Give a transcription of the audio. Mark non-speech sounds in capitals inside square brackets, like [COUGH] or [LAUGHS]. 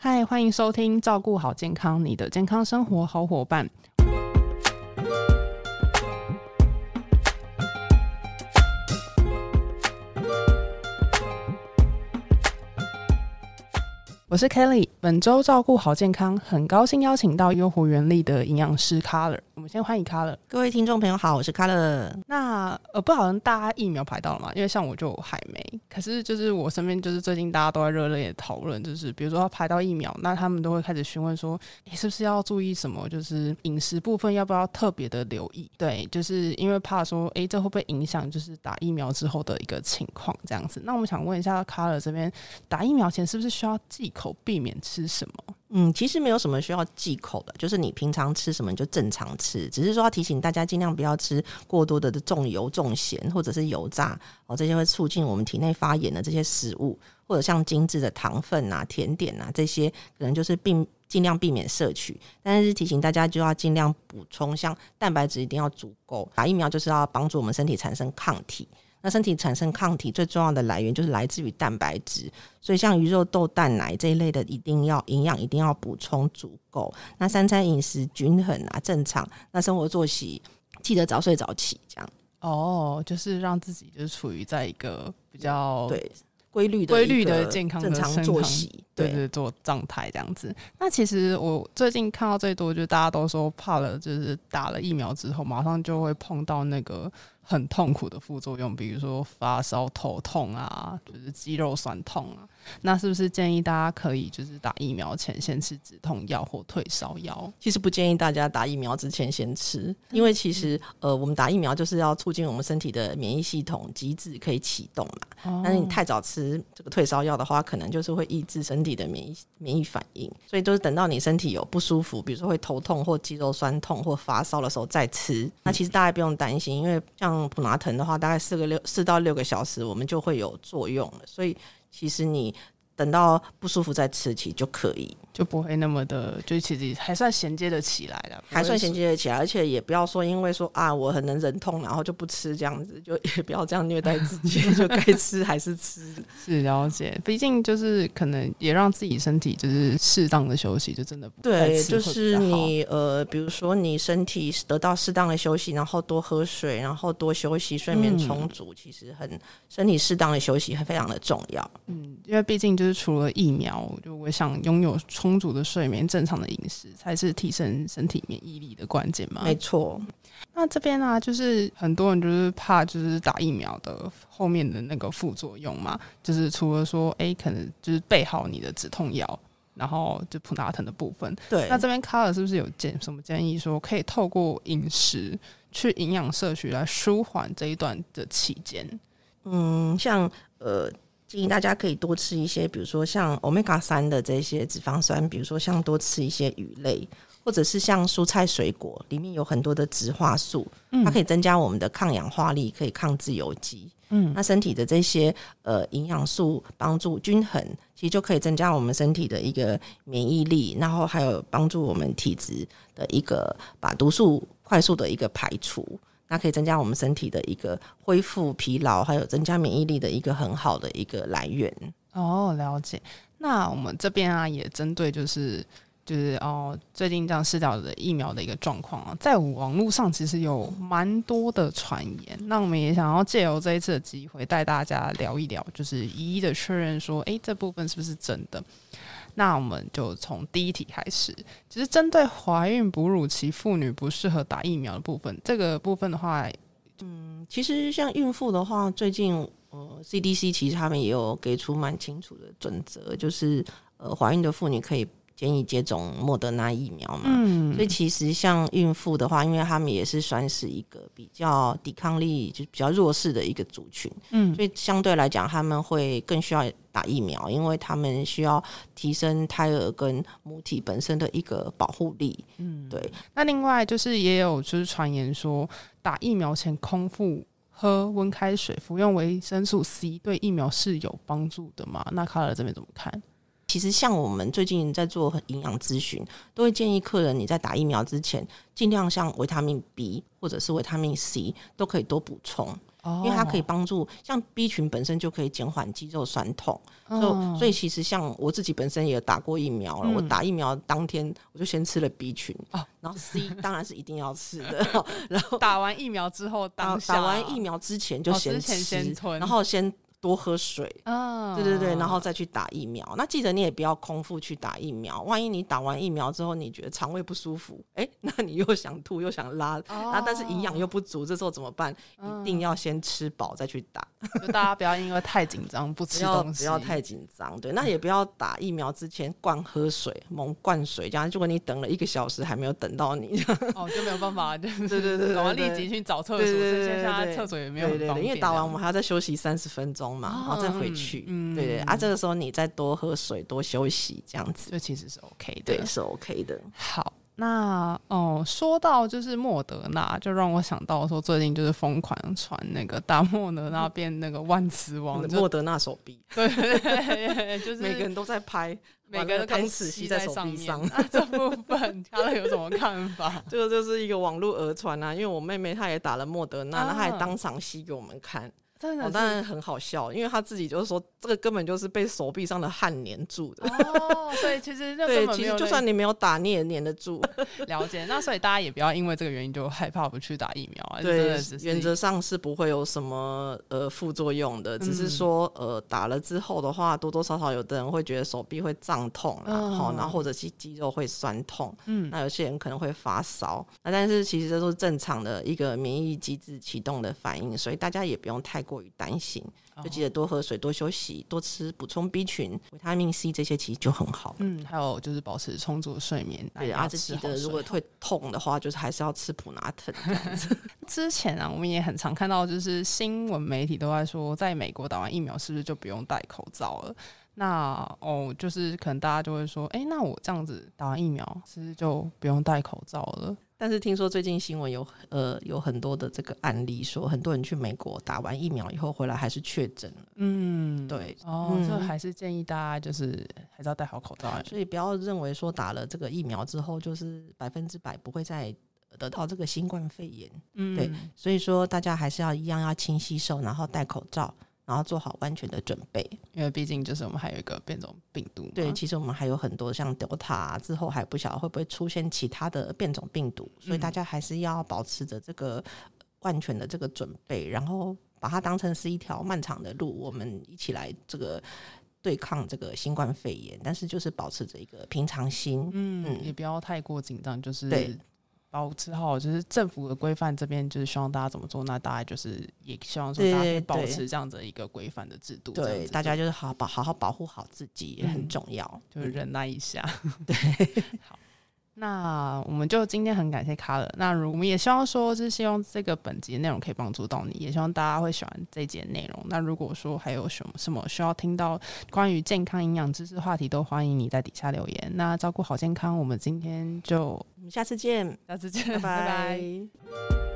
嗨，欢迎收听《照顾好健康》，你的健康生活好伙伴。我是 Kelly，本周照顾好健康，很高兴邀请到优活原力的营养师 Color。我们先欢迎 Color。各位听众朋友好，我是 Color。那呃，不知道大家疫苗排到了吗？因为像我就还没，可是就是我身边就是最近大家都在热烈地讨论，就是比如说要排到疫苗，那他们都会开始询问说，你是不是要注意什么？就是饮食部分要不要特别的留意？对，就是因为怕说，诶，这会不会影响就是打疫苗之后的一个情况这样子？那我们想问一下 c o l o r 这边，打疫苗前是不是需要忌口，避免吃什么？嗯，其实没有什么需要忌口的，就是你平常吃什么你就正常吃，只是说要提醒大家尽量不要吃过多的重油、重咸或者是油炸哦，这些会促进我们体内发炎的这些食物，或者像精致的糖分啊、甜点啊这些，可能就是并尽量避免摄取。但是提醒大家就要尽量补充，像蛋白质一定要足够，打疫苗就是要帮助我们身体产生抗体。那身体产生抗体最重要的来源就是来自于蛋白质，所以像鱼肉、豆、蛋、奶这一类的，一定要营养一定要补充足够。那三餐饮食均衡啊，正常。那生活作息记得早睡早起，这样哦，就是让自己就是处于在一个比较对规律的哦规一律的个健康的正生常作长息，对对，做状态这样子。那其实我最近看到最多，就是大家都说怕了，就是打了疫苗之后，马上就会碰到那个很痛苦的副作用，比如说发烧、头痛啊，就是肌肉酸痛啊。那是不是建议大家可以就是打疫苗前先吃止痛药或退烧药？其实不建议大家打疫苗之前先嗯吃，因为其实呃，我们打疫苗就是要促进我们身体的免疫系统机制可以启动嘛。哦但是你太早吃这个退烧药的话，可能就是会抑制身体的免疫免疫反应，所以就是等到你身体有不舒服，比如说会头痛或肌肉酸痛或发烧的时候再吃。那其实大家不用担心，因为像普拿疼的话，大概四个六四到六个小时我们就会有作用了，所以其实你等到不舒服再吃其实就可以。就不会那么的，就其实还算衔接的起来了，不会还算衔说。接得起来，而且也不要说因为说啊我很能忍痛，然后就不吃这样子，就也不要这样虐待自己， [LAUGHS] 就该吃还是吃。是了解，毕竟就是可能也让自己身体就是适当的休息，就真的不再对，吃就会比是较好你呃，比如说你身体得到适当的休息，然后多喝水，然后多休息，睡眠嗯充足，其实很身体适当的休息很非常的重要。嗯，因为毕竟就是除了疫苗，就我想拥有充足的睡眠、正常的饮食，才是提升身体免疫力的关键嘛。没错，那这边呢、就是很多人就是怕就是打疫苗的后面的那个副作用嘛，就是除了说，哎、可能就是备好你的止痛药，然后就普拿疼的部分。对那。这边卡尔是不是有建什么建议说，可以透过饮食去营养摄取来舒缓这一段的期间？嗯，像呃，建议大家可以多吃一些，比如说像 omega 三的这些脂肪酸，比如说像多吃一些鱼类，或者是像蔬菜水果，里面有很多的植化素，它可以增加我们的抗氧化力，可以抗自由基。嗯，那身体的这些呃营养素帮助均衡，其实就可以增加我们身体的一个免疫力，然后还有帮助我们体质的一个把毒素快速的一个排除。那可以增加我们身体的一个恢复疲劳，还有增加免疫力的一个很好的一个来源。哦，了解。那我们这边啊，也针对就是就是哦，最近这样试掉的疫苗的一个状况啊，在网络上其实有蛮多的传言。那我们也想要借由这一次的机会，带大家聊一聊，就是一一的确认说，诶，这部分是不是真的？那我们就从第一题开始，其实针对怀孕、哺乳期妇女不适合打疫苗的部分，这个部分的话，其实像孕妇的话，最近呃 CDC 其实他们也有给出蛮清楚的准则，就是呃怀孕的妇女可以建议接种莫德纳疫苗嘛。嗯所以其实像孕妇的话，因为他们也是算是一个比较抵抗力就是比较弱势的一个族群，嗯所以相对来讲他们会更需要打疫苗，因为他们需要提升胎儿跟母体本身的一个保护力。嗯，对，那另外就是也有就是传言说，打疫苗前空腹喝温开水、服用维生素 C 对疫苗是有帮助的嘛？那卡尔这边怎么看？其实像我们最近在做营养咨询，都会建议客人你在打疫苗之前，尽量像维他命 B 或者是维他命 C 都可以多补充。哦因为它可以帮助像 B 群本身就可以减缓肌肉酸痛，嗯所以所以其实像我自己本身也打过疫苗了，我打疫苗当天我就先吃了 B 群，哦然 [LAUGHS] 后 C 当然是一定要吃的，然后打完疫苗之后打当下哦打完疫，苗之前就哦先之吃，前先吞然后先多喝水，嗯，对对对，然后再去打疫苗。那记得你也不要空腹去打疫苗，万一你打完疫苗之后你觉得肠胃不舒服，哎， [LAUGHS] 那你又想吐又想拉，啊哦那但是营养又不足，这时候怎么办？嗯一定要先吃饱再去打，就大家不要因为太紧张不不吃要东西，不要太紧张。对，那也不要打疫苗之前灌喝水，猛灌水，这样如果你等了一个小时还没有等到你，哦，就没有办法，就是对对对对赶快立对即去找厕所，对对对所以现对在对厕所也 [LAUGHS] 没有对很对方对，便，哦因为打完我们还要再休息三十分钟嘛，然后再回去。嗯嗯对对啊，这个时候你再多喝水，多休息，这样子，这其实是 OK 的，对，是 OK 的。好，那哦，说到就是莫德纳，就让我想到说，最近就是疯狂传那个打莫德纳变那个万磁王，就嗯莫德纳手臂，对对对对， [LAUGHS] 就是每个人都在拍，每个人都把那汤匙吸吸在手上臂面。上。那这部分他们有什么看 [LAUGHS] 法？这个就是一个网络讹传啊，因为我妹妹她也打了莫德纳，啊那她还当场吸给我们看，真的哦，是当然很好笑，因为她自己就是说这个根本就是被手臂上的汗粘住的。哦，所以其实 [LAUGHS] 就根对，本其没实有就算你没有打，你也粘得住。了解。 [LAUGHS] 那所以大家也不要因为这个原因就害怕不去打疫苗 [LAUGHS] 啊。就真对的只，是原则上是不会有什么呃副作用的，只嗯是说呃打了之后的话，多多少少有的人会觉得手臂会胀痛啦，嗯好、然后或者是肌肉会酸痛，嗯那有些人可能会发烧，那但是其实这都是正常的一个免疫机制启动的反应，所以大家也不用太过于担心，就哦记得多喝水、多休息、多吃补充 B 群、维他命 C 这些，其实就很好。嗯，还有就是保持充足的睡眠，那对也啊，要这吃记好得如睡果会痛的话，就是还是要吃普拿疼。之前啊，我们也很常看到，就是新闻媒体都在说，在美国打完疫苗是不是就不用戴口罩了？那哦，就是可能大家就会说，诶，那我这样子打完疫苗是不是就不用戴口罩了？但是听说最近新闻有呃有很多的这个案例说，很多人去美国打完疫苗以后回来还是确诊了。嗯，。对，哦，嗯所以还是建议大家就是还是要戴好口罩。啊所以不要认为说打了这个疫苗之后就是百分之百不会再得到这个新冠肺炎。嗯，对所以说大家还是要一样要勤洗手，然后戴口罩。然后做好安全的准备。因为毕竟就是我们还有一个变种病毒嘛。对，其实我们还有很多像 Delta 啊之后还不晓得会不会出现其他的变种病毒，嗯所以大家还是要保持着这个万全的这个准备，然后把它当成是一条漫长的路，我们一起来这个对抗这个新冠肺炎。但是就是保持着一个平常心，嗯，嗯也不要太过紧张，就是对保持好，就是政府的规范这边就是希望大家怎么做，那大家就是也希望说对大家可以保对持这样子一个规范的制度，这样对子嗯大家嗯就是好保好好保护好自己也很重要。就就是忍耐一 [LAUGHS] 下。对， [LAUGHS] 好，那我们就今天很感谢卡尔。那如我们也希望说，就是希望这个本集的内容可以帮助到你，也希望大家会喜欢这一节内容。那如果说还有什么什么需要听到关于健康营养知识话题，都欢迎你在底下留言。那照顾好健康，我们今天就 [LAUGHS] 我们下次见，下次见，拜拜拜拜